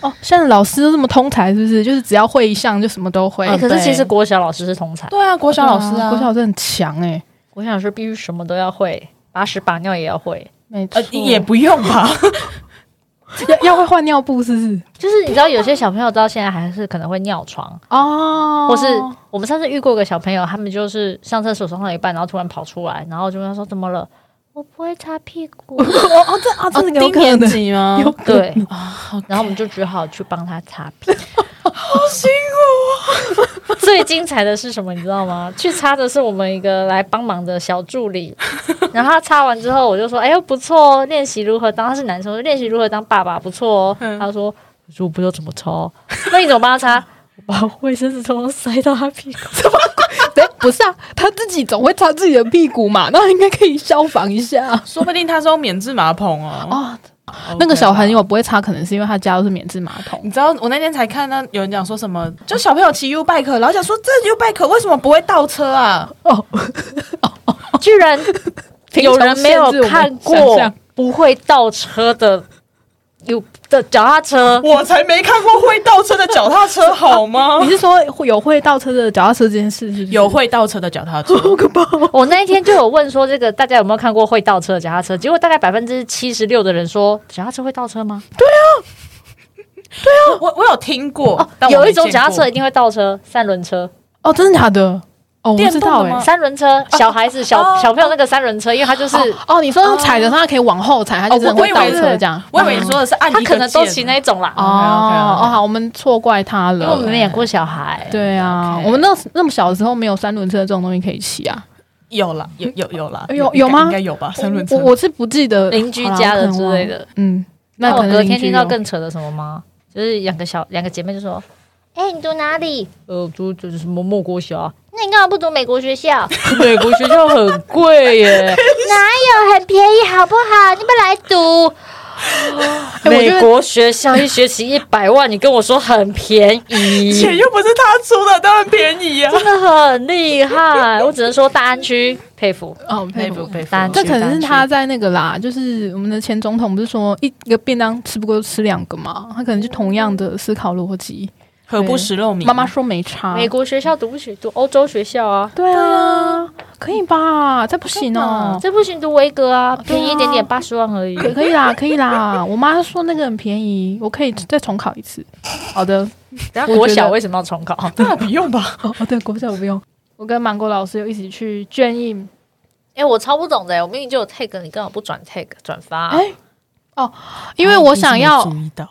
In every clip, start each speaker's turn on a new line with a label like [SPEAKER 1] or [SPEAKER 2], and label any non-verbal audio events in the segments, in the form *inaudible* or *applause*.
[SPEAKER 1] 哦，现在老师都这么通才，是不是？就是只要会一项就什么都会。
[SPEAKER 2] 哎、可是其实国小老师是通才，
[SPEAKER 3] 对啊，国小老师啊，
[SPEAKER 1] 国小老师很强哎、
[SPEAKER 2] 国小老师必须什么都要会，把屎把尿也要会。
[SPEAKER 1] 没错，
[SPEAKER 3] 呃也不用吧，
[SPEAKER 1] 要要会换尿布，是不是？
[SPEAKER 2] 就是你知道，有些小朋友到现在还是可能会尿床，
[SPEAKER 1] 哦，
[SPEAKER 2] 或是我们上次遇过一个小朋友，他们就是上厕所上到一半，然后突然跑出来，然后就问他说：“怎么了？”我不会擦屁股。
[SPEAKER 1] 哦哦，这啊，这个有
[SPEAKER 3] 低
[SPEAKER 1] 可
[SPEAKER 3] 年
[SPEAKER 1] 能，
[SPEAKER 3] 级吗？
[SPEAKER 1] 有可
[SPEAKER 2] 对
[SPEAKER 1] 能，
[SPEAKER 2] 然后我们就只好去帮他擦屁。 *laughs* 好辛苦 *laughs* 啊！最精彩的是什么？你知道吗？去擦的是我们一个来帮忙的小助理，然后他擦完之后，我就说：“哎呦，不错哦，练习如何当……他是男生，我说练习如何当爸爸，不错哦。他说：“可是我不知道怎么擦哦，那你怎么帮他擦？” *laughs* 我把卫生纸通通塞到他屁股。
[SPEAKER 1] *laughs* 对，不是啊，他自己总会擦自己的屁股嘛，那应该可以消防一下。
[SPEAKER 3] 说不定他是用免治马桶 *laughs* 哦。
[SPEAKER 1] 哦，那个小朋友不会擦，可能是因为他家都是免治马桶。
[SPEAKER 3] 你知道我那天才看到有人讲说什么，就小朋友骑 U bike，然后讲说这 U bike 为什么不会倒车啊？
[SPEAKER 2] 居 *laughs* 然有人没有
[SPEAKER 1] 平常限制我们
[SPEAKER 2] 看
[SPEAKER 1] 想
[SPEAKER 2] 过
[SPEAKER 1] 象
[SPEAKER 2] 不会倒车的有的脚踏车，
[SPEAKER 3] 我才没看过会倒车的脚踏车好吗
[SPEAKER 1] 你？是说有会倒车的脚踏车这件事是不是？
[SPEAKER 3] 哦有会倒车的脚踏车，
[SPEAKER 2] 我那一天就有问说，这个大家有没有看过会倒车的脚踏车？结果大概百分之七十六的人说，脚踏车会倒车吗？
[SPEAKER 3] 我我有听过，但我没
[SPEAKER 2] 哦有一种
[SPEAKER 3] 见
[SPEAKER 2] 脚踏
[SPEAKER 3] 过
[SPEAKER 2] 车一定会倒车，三轮车，
[SPEAKER 1] 哦，真的假的？哦，我不
[SPEAKER 3] 电
[SPEAKER 1] 知
[SPEAKER 3] 动
[SPEAKER 1] 道
[SPEAKER 3] 的
[SPEAKER 1] 哎、
[SPEAKER 3] 吗
[SPEAKER 2] 三轮车，小孩子小小朋友那个三轮车，因为他就是
[SPEAKER 1] 哦，你说踩的时候它可以往后踩，它就真的会倒车这样。
[SPEAKER 3] 哦我以为你说的是按一
[SPEAKER 2] 他
[SPEAKER 3] 个
[SPEAKER 2] 可能都
[SPEAKER 3] 键
[SPEAKER 2] 骑那一种啦
[SPEAKER 1] 哦，哦，好，我们错怪他
[SPEAKER 2] 因为我们
[SPEAKER 1] 了。
[SPEAKER 2] 没养过小孩。
[SPEAKER 1] 对啊，我们那那么小的时候没有三轮车这种东西可以骑啊。
[SPEAKER 3] 有啦，有有有啦，
[SPEAKER 1] 有
[SPEAKER 3] 应该
[SPEAKER 1] 有吗
[SPEAKER 3] 应该有吧，三轮车。
[SPEAKER 1] 我我是不记得
[SPEAKER 2] 邻居家的之
[SPEAKER 1] 好啦可能
[SPEAKER 2] 类。
[SPEAKER 1] 忘了
[SPEAKER 2] 的。
[SPEAKER 1] 嗯，那
[SPEAKER 2] 那我
[SPEAKER 1] 可能
[SPEAKER 2] 隔
[SPEAKER 1] 邻
[SPEAKER 2] 天
[SPEAKER 1] 居
[SPEAKER 2] 听到
[SPEAKER 1] 有
[SPEAKER 2] 更扯的什么吗？就是两个小两个姐妹就说：“哎、你读哪里？呃，读就是什么莫国小。那你干嘛不读美国学校？ *laughs* 美国学校很贵 *laughs* 耶，
[SPEAKER 4] 哪有很便宜好不好？你们来读，
[SPEAKER 1] 哎 *laughs* 我觉得
[SPEAKER 2] 美国学校一学期一百万，你跟我说很便 *laughs* 宜，
[SPEAKER 3] 钱又不是他出的，当然便宜呀、啊。
[SPEAKER 2] 真的很厉害。我只能说大安区佩服。”
[SPEAKER 1] 哦，佩服。
[SPEAKER 3] 佩服
[SPEAKER 2] 单
[SPEAKER 1] 这
[SPEAKER 2] 去
[SPEAKER 1] 可能是
[SPEAKER 2] 单
[SPEAKER 1] 他
[SPEAKER 2] 去
[SPEAKER 1] 在那个啦，就是我们的前总统不是说一一个便当吃不够就吃两个嘛？他可能就同样的思考逻辑。
[SPEAKER 3] 何不食肉糜？
[SPEAKER 1] 妈妈说没差，
[SPEAKER 2] 美国学校读不许读欧洲学校啊，
[SPEAKER 1] 对啊，可以吧？这不行
[SPEAKER 3] 啊
[SPEAKER 1] 哦，
[SPEAKER 2] 这不行读维格啊，
[SPEAKER 1] 对啊
[SPEAKER 2] 便宜一点点八十万而
[SPEAKER 1] *laughs*
[SPEAKER 2] 已。
[SPEAKER 1] 可可以啦，可以啦。我妈说那个很便宜，我可以再重考一次。好的，
[SPEAKER 2] 然
[SPEAKER 1] 我
[SPEAKER 2] 国
[SPEAKER 1] 觉得
[SPEAKER 2] 小为什么要重考？
[SPEAKER 3] 当然不用
[SPEAKER 5] *laughs*
[SPEAKER 3] 吧。
[SPEAKER 1] 哦哦，对，国小不用。我跟芒果老师又一起去卷印，
[SPEAKER 2] 哎、我超不懂的、我明明就有 tag，你干嘛不转 tag 转发、啊？
[SPEAKER 1] 哎因啊为我想要
[SPEAKER 3] 你，怎么没注意到，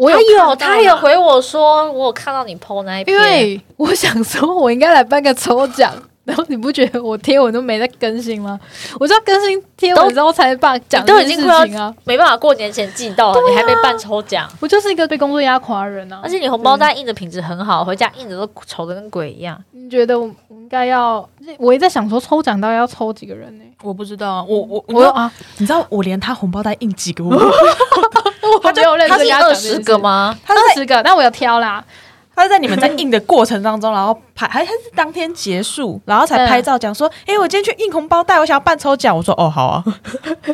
[SPEAKER 1] 我有
[SPEAKER 2] 他有，
[SPEAKER 1] 看到
[SPEAKER 2] 他有回我说，我有看到你 PO 那一篇，
[SPEAKER 1] 因为我想说，我应该来办个抽奖。 *laughs* 然后你不觉得我贴文都没在更新吗？我就要更新贴文之后才办讲
[SPEAKER 2] 都
[SPEAKER 1] 这
[SPEAKER 2] 已
[SPEAKER 1] 件
[SPEAKER 2] 经
[SPEAKER 1] 事
[SPEAKER 2] 快要
[SPEAKER 1] 情啊！
[SPEAKER 2] 没办法过年前寄到、啊，你还没办抽奖，
[SPEAKER 1] 我就是一个被工作压垮的人啊！
[SPEAKER 2] 而且你红包袋印的品质很好，回家印的都丑的跟鬼一样。
[SPEAKER 1] 你觉得我应该要？我也在想说，抽奖到底要抽几个人呢、
[SPEAKER 3] 我不知道啊。我我
[SPEAKER 1] 我
[SPEAKER 3] 我，
[SPEAKER 1] 啊，
[SPEAKER 3] 你知道我连他红包袋印几
[SPEAKER 5] *laughs*
[SPEAKER 3] 个我，
[SPEAKER 1] 我没有认
[SPEAKER 2] 他
[SPEAKER 1] 真
[SPEAKER 2] 是
[SPEAKER 1] 跟他讲
[SPEAKER 2] 二
[SPEAKER 1] 这件
[SPEAKER 2] 十
[SPEAKER 1] 事
[SPEAKER 2] 个？吗？
[SPEAKER 3] 他
[SPEAKER 1] 二
[SPEAKER 3] 在
[SPEAKER 1] 十个，但我有挑啦。
[SPEAKER 3] 他在你们在印的过程当中，然后拍还还是当天结束，然后才拍照讲说，哎、我今天去印红包袋，我想要办抽奖。我说哦，好啊。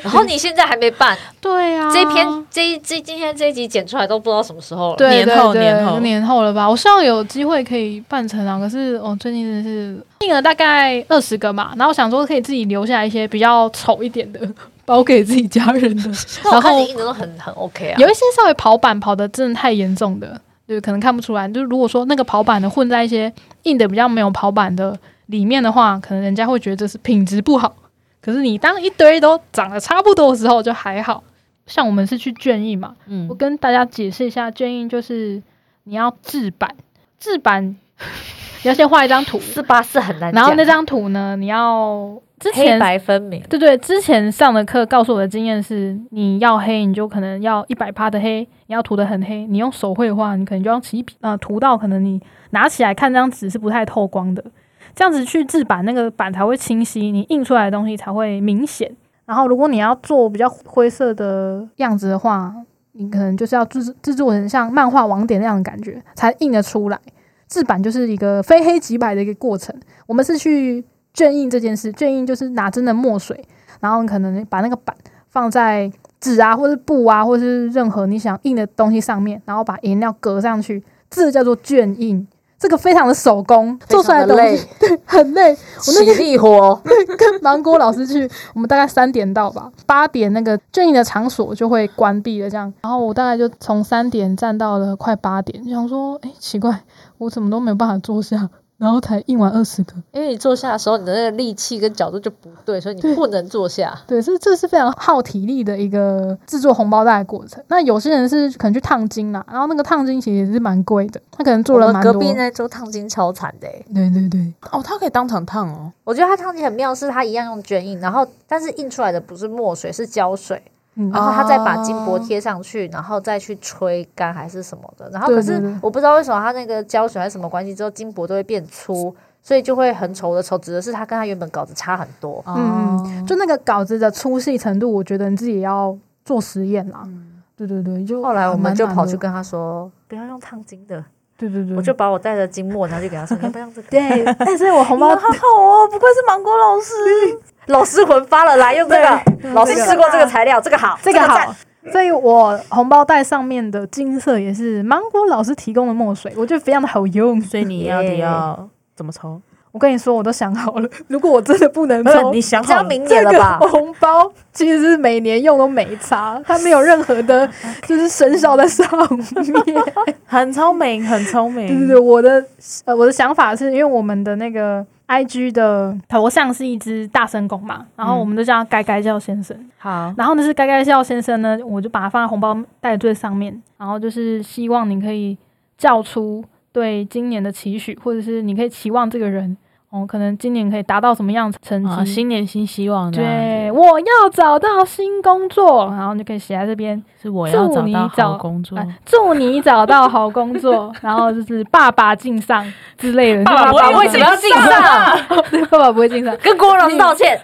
[SPEAKER 2] 然后你现在还没办，
[SPEAKER 1] 对啊，
[SPEAKER 2] 这一篇这一这今天这一集剪出来都不知道什么时候了。
[SPEAKER 1] 对
[SPEAKER 3] 年后
[SPEAKER 1] 对对
[SPEAKER 3] 年后
[SPEAKER 1] 年后了吧？我希望有机会可以办成啊。可是我、哦最近真的是定了大概二十个嘛，然后想说可以自己留下一些比较丑一点的，包给自己家人的。
[SPEAKER 2] 那我
[SPEAKER 1] 然
[SPEAKER 2] 看
[SPEAKER 1] 后
[SPEAKER 2] 你印的都很很 OK 啊。
[SPEAKER 1] 有一些稍微跑版跑的真的太严重的，就是可能看不出来。就是如果说那个跑版的混在一些硬的比较没有跑版的里面的话，可能人家会觉得这是品质不好。可是你当一堆都长得差不多的时候，就还好。像我们是去卷印嘛，
[SPEAKER 2] 嗯
[SPEAKER 1] 我，跟大家解释一下，卷印就是你要制版，制版 *laughs* 你要先画一张图，
[SPEAKER 2] 四八四很难讲，
[SPEAKER 1] 然后那张图呢，你要之
[SPEAKER 2] 黑
[SPEAKER 1] 前
[SPEAKER 2] 白分明。
[SPEAKER 1] 对对，之前上的课告诉我的经验是，你要黑你就可能要一百趴的黑，你要涂的很黑。你用手绘的话，你可能就要起笔呃涂到可能你拿起来看这张纸是不太透光的，这样子去制版那个版才会清晰，你印出来的东西才会明显。然后如果你要做比较灰色的样子的话，你可能就是要制制作成像漫画网点那样的感觉，才印得出来。制版就是一个非黑即白的一个过程。我们是去卷印这件事，卷印就是拿真的墨水，然后你可能把那个板放在纸啊，或是布啊，或是任何你想印的东西上面，然后把颜料隔上去，字叫做卷印。这个非常的手工做出来的东西，对，很 *laughs* 累。我
[SPEAKER 2] *laughs*
[SPEAKER 1] 那
[SPEAKER 6] 体力活，
[SPEAKER 1] 跟芒果老师去，我们大概三点到吧，八点那个正营的场所就会关闭了，这样。然后我大概就从三点站到了快八点，就想说，哎，奇怪，我怎么都没有办法坐下，然后才印完二十个。
[SPEAKER 6] 因为你坐下的时候，你的那个力气跟角度就不对，所以
[SPEAKER 1] 对
[SPEAKER 6] 你不能坐下。
[SPEAKER 1] 对，这这是非常耗体力的一个制作红包袋的过程。那有些人是可能去烫金啦，然后那个烫金其实也是蛮贵的，他可能做
[SPEAKER 2] 我
[SPEAKER 1] 了
[SPEAKER 2] 们
[SPEAKER 1] 蛮
[SPEAKER 2] 隔
[SPEAKER 1] 多。
[SPEAKER 2] 壁那周烫金超惨的欸、
[SPEAKER 1] 对对对，
[SPEAKER 3] 哦，它可以当场烫哦，
[SPEAKER 2] 我觉得它烫金很妙，是它一样用卷印，然后但是印出来的不是墨水，是胶水，
[SPEAKER 1] 嗯
[SPEAKER 2] 然后他再把
[SPEAKER 3] 哦
[SPEAKER 2] 金箔贴上去，然后再去吹干还是什么的。然后
[SPEAKER 1] 对
[SPEAKER 2] 可
[SPEAKER 1] 对
[SPEAKER 2] 是
[SPEAKER 1] 对
[SPEAKER 2] 我不知道为什么它那个胶水还是什么关系，之后金箔都会变粗，所以就会很丑的丑，指的是它跟它原本稿子差很多。
[SPEAKER 5] 哦
[SPEAKER 1] 嗯嗯，就那个稿子的粗细程度，我觉得你自己也要做实验啦。对对对，就
[SPEAKER 2] 后来我们
[SPEAKER 1] 蛮嗯
[SPEAKER 2] 就
[SPEAKER 1] 难
[SPEAKER 2] 跑
[SPEAKER 1] 的
[SPEAKER 2] 去跟他说，不要用烫金的，
[SPEAKER 1] 对对对，
[SPEAKER 2] 我就把我带的金墨拿去给他说，你要不要
[SPEAKER 1] *laughs*
[SPEAKER 2] 用这个？
[SPEAKER 1] 对，但是我红包
[SPEAKER 3] 哇，好好哦，不愧是芒果老师，
[SPEAKER 2] *laughs* 老师魂发了，来用这个。老师试过这个材料，这个好，
[SPEAKER 1] 这个
[SPEAKER 2] 赞
[SPEAKER 1] 好。所以我红包袋上面的金色也是芒果老师提供的墨水，我觉得非常的好用。
[SPEAKER 5] 所以你嗯要
[SPEAKER 2] 耶
[SPEAKER 5] 你要怎么抽？
[SPEAKER 1] 我跟你说，我都想好了，如果我真的不能
[SPEAKER 5] 没有，
[SPEAKER 1] 抽
[SPEAKER 5] 你，想
[SPEAKER 2] 这
[SPEAKER 5] 好
[SPEAKER 2] 样
[SPEAKER 5] 了
[SPEAKER 2] 明
[SPEAKER 1] 这
[SPEAKER 2] 年了
[SPEAKER 1] 个
[SPEAKER 2] 吧？
[SPEAKER 1] 红包其实是每年用都没差，它没有任何 *laughs* 的，就是生效在上 *laughs* 面。
[SPEAKER 5] 很聪明，很聪明。
[SPEAKER 1] *laughs* 对对对，我的呃我的想法是因为我们的那个 I G 的头像是一只大神狗嘛，然后我们就叫它该该叫先生。
[SPEAKER 5] 好，
[SPEAKER 1] 然后呢是该该笑先生呢，我就把它放在红包袋最上面，然后就是希望你可以叫出对今年的期许，或者是你可以期望这个人哦，可能今年可以达到什么样的成绩。
[SPEAKER 5] 啊，新年新希望啊这
[SPEAKER 1] 嗯对，
[SPEAKER 5] 样子，
[SPEAKER 1] 我要找到新工作，然后你就可以写在这边。
[SPEAKER 5] 是我要
[SPEAKER 1] 祝
[SPEAKER 5] 找
[SPEAKER 1] 你
[SPEAKER 5] 到
[SPEAKER 1] 找
[SPEAKER 5] 好工作
[SPEAKER 1] 哎。祝你找到好工
[SPEAKER 5] *laughs*
[SPEAKER 1] 作，然后就是爸爸敬上之类的。
[SPEAKER 6] 爸爸
[SPEAKER 1] 就
[SPEAKER 6] 不会
[SPEAKER 1] *laughs*
[SPEAKER 6] 敬上
[SPEAKER 1] 对爸爸不会敬上。
[SPEAKER 2] 啊跟郭老师道歉。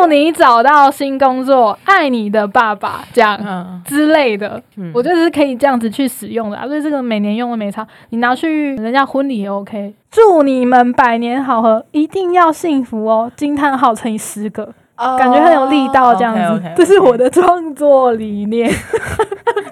[SPEAKER 1] 祝你找到新工作，爱你的爸爸，这样。
[SPEAKER 5] 嗯，
[SPEAKER 1] 之类的，
[SPEAKER 5] 嗯
[SPEAKER 1] 我觉得是可以这样子去使用的啊。所以这个每啊年用的没差，你拿去人家婚礼也
[SPEAKER 5] 嗯
[SPEAKER 1] OK。祝你们百年好合，一定要幸福哦！惊叹号乘以十个，感觉很有力
[SPEAKER 3] 哦
[SPEAKER 1] 道，这样子。
[SPEAKER 5] OK，OK，OK
[SPEAKER 1] 这是我 *laughs* 的创作理 *laughs* 念。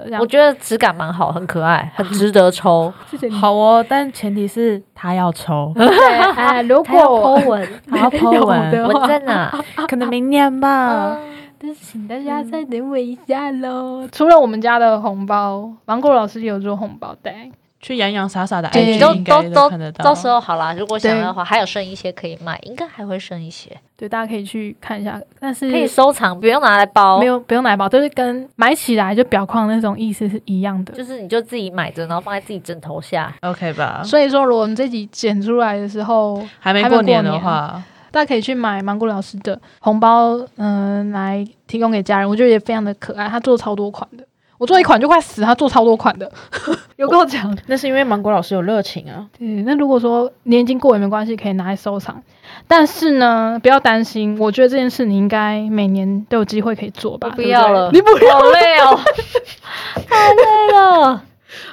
[SPEAKER 1] 这样
[SPEAKER 2] 我觉得质感蛮好，很可爱，很值得 *laughs* 抽。
[SPEAKER 1] 谢谢你。
[SPEAKER 5] 好哦，但前提是他要抽，
[SPEAKER 3] 嗯
[SPEAKER 1] 对，哎，如
[SPEAKER 2] 还要 po
[SPEAKER 1] 果
[SPEAKER 2] 文，
[SPEAKER 5] 他要
[SPEAKER 1] 没有
[SPEAKER 5] 抛文，
[SPEAKER 3] *laughs*
[SPEAKER 1] 的
[SPEAKER 2] 文在哪？
[SPEAKER 5] 可能明年吧。
[SPEAKER 1] 啊但是请大家再等我一下喽。除了我们家的红包，芒果老师也有做红包袋。
[SPEAKER 3] 去洋洋洒洒的
[SPEAKER 1] 对
[SPEAKER 3] IG
[SPEAKER 1] 都
[SPEAKER 3] 应
[SPEAKER 2] 都
[SPEAKER 3] 该
[SPEAKER 2] 都
[SPEAKER 3] 看得到，
[SPEAKER 2] *laughs* 到时候好啦，如果想
[SPEAKER 1] 对
[SPEAKER 2] 要的话，还有剩一些可以卖，应该还会剩一些，
[SPEAKER 1] 对，大家可以去看一下。但是
[SPEAKER 2] 可以收藏，不用拿来包。
[SPEAKER 1] 没，有不用奶包，就是跟买起来就表框那种意思是一样的。
[SPEAKER 2] 就是你就自己买着，然后放在自己枕头下。
[SPEAKER 3] OK 吧？
[SPEAKER 1] 所以说，如果我们这集剪出来的时候，
[SPEAKER 3] 还没
[SPEAKER 1] 还没
[SPEAKER 3] 过年
[SPEAKER 1] 过
[SPEAKER 3] 的
[SPEAKER 1] 年
[SPEAKER 3] 话，
[SPEAKER 1] 大家可以去买芒果老师的红包，嗯、来提供给家人，我觉得也非常的可爱。他做超多款的，我做一款就快死，他做超多款的，有够强。
[SPEAKER 3] 那是因为芒果老师有热情啊。
[SPEAKER 1] 对，那如果说年已经过也没关系，可以拿来收藏。但是呢，不要担心，我觉得这件事你应该每年都有机会可以做吧。
[SPEAKER 2] 我不
[SPEAKER 1] 对对
[SPEAKER 2] 要了
[SPEAKER 1] 你不要
[SPEAKER 2] 好累哦，太累哦了。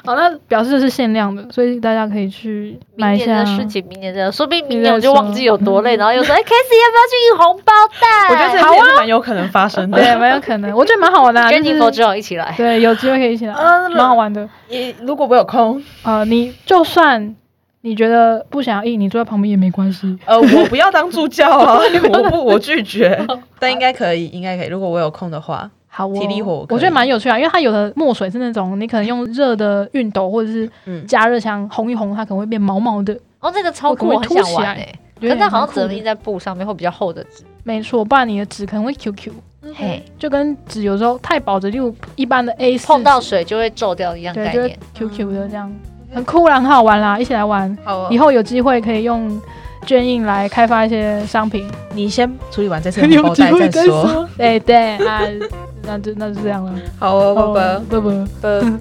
[SPEAKER 1] 好，那表示是限量的，所以大家可以去
[SPEAKER 2] 明
[SPEAKER 1] 买一
[SPEAKER 2] 年
[SPEAKER 1] 下
[SPEAKER 2] 的。事情，明年再说，说不定明
[SPEAKER 1] 明
[SPEAKER 2] 年
[SPEAKER 1] 年
[SPEAKER 2] 我就
[SPEAKER 1] 说
[SPEAKER 2] 忘记有多累，然后又说，哎 k a s e y 要不要去印红包袋？
[SPEAKER 3] 我觉得这件
[SPEAKER 1] 好
[SPEAKER 3] 事
[SPEAKER 1] 啊
[SPEAKER 3] 也是蛮有可能发生 *laughs* 的。
[SPEAKER 1] 对，蛮有可能，我觉得蛮好玩的、啊，
[SPEAKER 2] 跟你
[SPEAKER 1] 就
[SPEAKER 2] 佛
[SPEAKER 1] 是
[SPEAKER 2] 之友一起来。
[SPEAKER 1] *laughs* 对，有机会可以一起来，
[SPEAKER 3] 嗯
[SPEAKER 1] 蛮好玩的。
[SPEAKER 3] 也如果我有空，
[SPEAKER 1] 呃，你就算你觉得不想要印，你坐在旁边也没关系。
[SPEAKER 3] 呃，我不要当助教 *laughs* 啊，我不，我拒绝。 *laughs* 但应该可以，应该可以。如果我有空的话，
[SPEAKER 1] 好、哦，
[SPEAKER 3] 体力活我
[SPEAKER 1] 我
[SPEAKER 3] 可以
[SPEAKER 1] 觉得蛮有趣啊，因为它有的墨水是那种你可能用热的熨斗或者是
[SPEAKER 3] 嗯
[SPEAKER 1] 加热枪烘一烘，它可能会变毛毛的。
[SPEAKER 2] 哦，那个超酷，
[SPEAKER 1] 我
[SPEAKER 2] 我
[SPEAKER 1] 可
[SPEAKER 2] 很
[SPEAKER 1] 能会
[SPEAKER 2] 想玩
[SPEAKER 1] 凸起来
[SPEAKER 2] 哎。
[SPEAKER 1] 可
[SPEAKER 2] 可是它好像只能印在布上面，或比较厚的纸。
[SPEAKER 1] 没错，不然你的纸可能会 QQ，
[SPEAKER 2] 嘿，
[SPEAKER 1] 就跟纸有时候太薄的，就一般的 A 四
[SPEAKER 2] 碰到水就会皱掉一样
[SPEAKER 1] 对
[SPEAKER 2] 概
[SPEAKER 1] 就会
[SPEAKER 2] 念。
[SPEAKER 1] QQ 的这样，很酷啦，很好玩啦，一起来玩。
[SPEAKER 3] 好啊
[SPEAKER 1] 以后有机会可以用捐印来开发一些商品。
[SPEAKER 3] 你先处理完 *laughs* 这次红包袋再说。。
[SPEAKER 1] *laughs* 哎对对啊，那就那就这样了。
[SPEAKER 3] 好哦，拜拜。
[SPEAKER 1] 拜拜。
[SPEAKER 2] 呃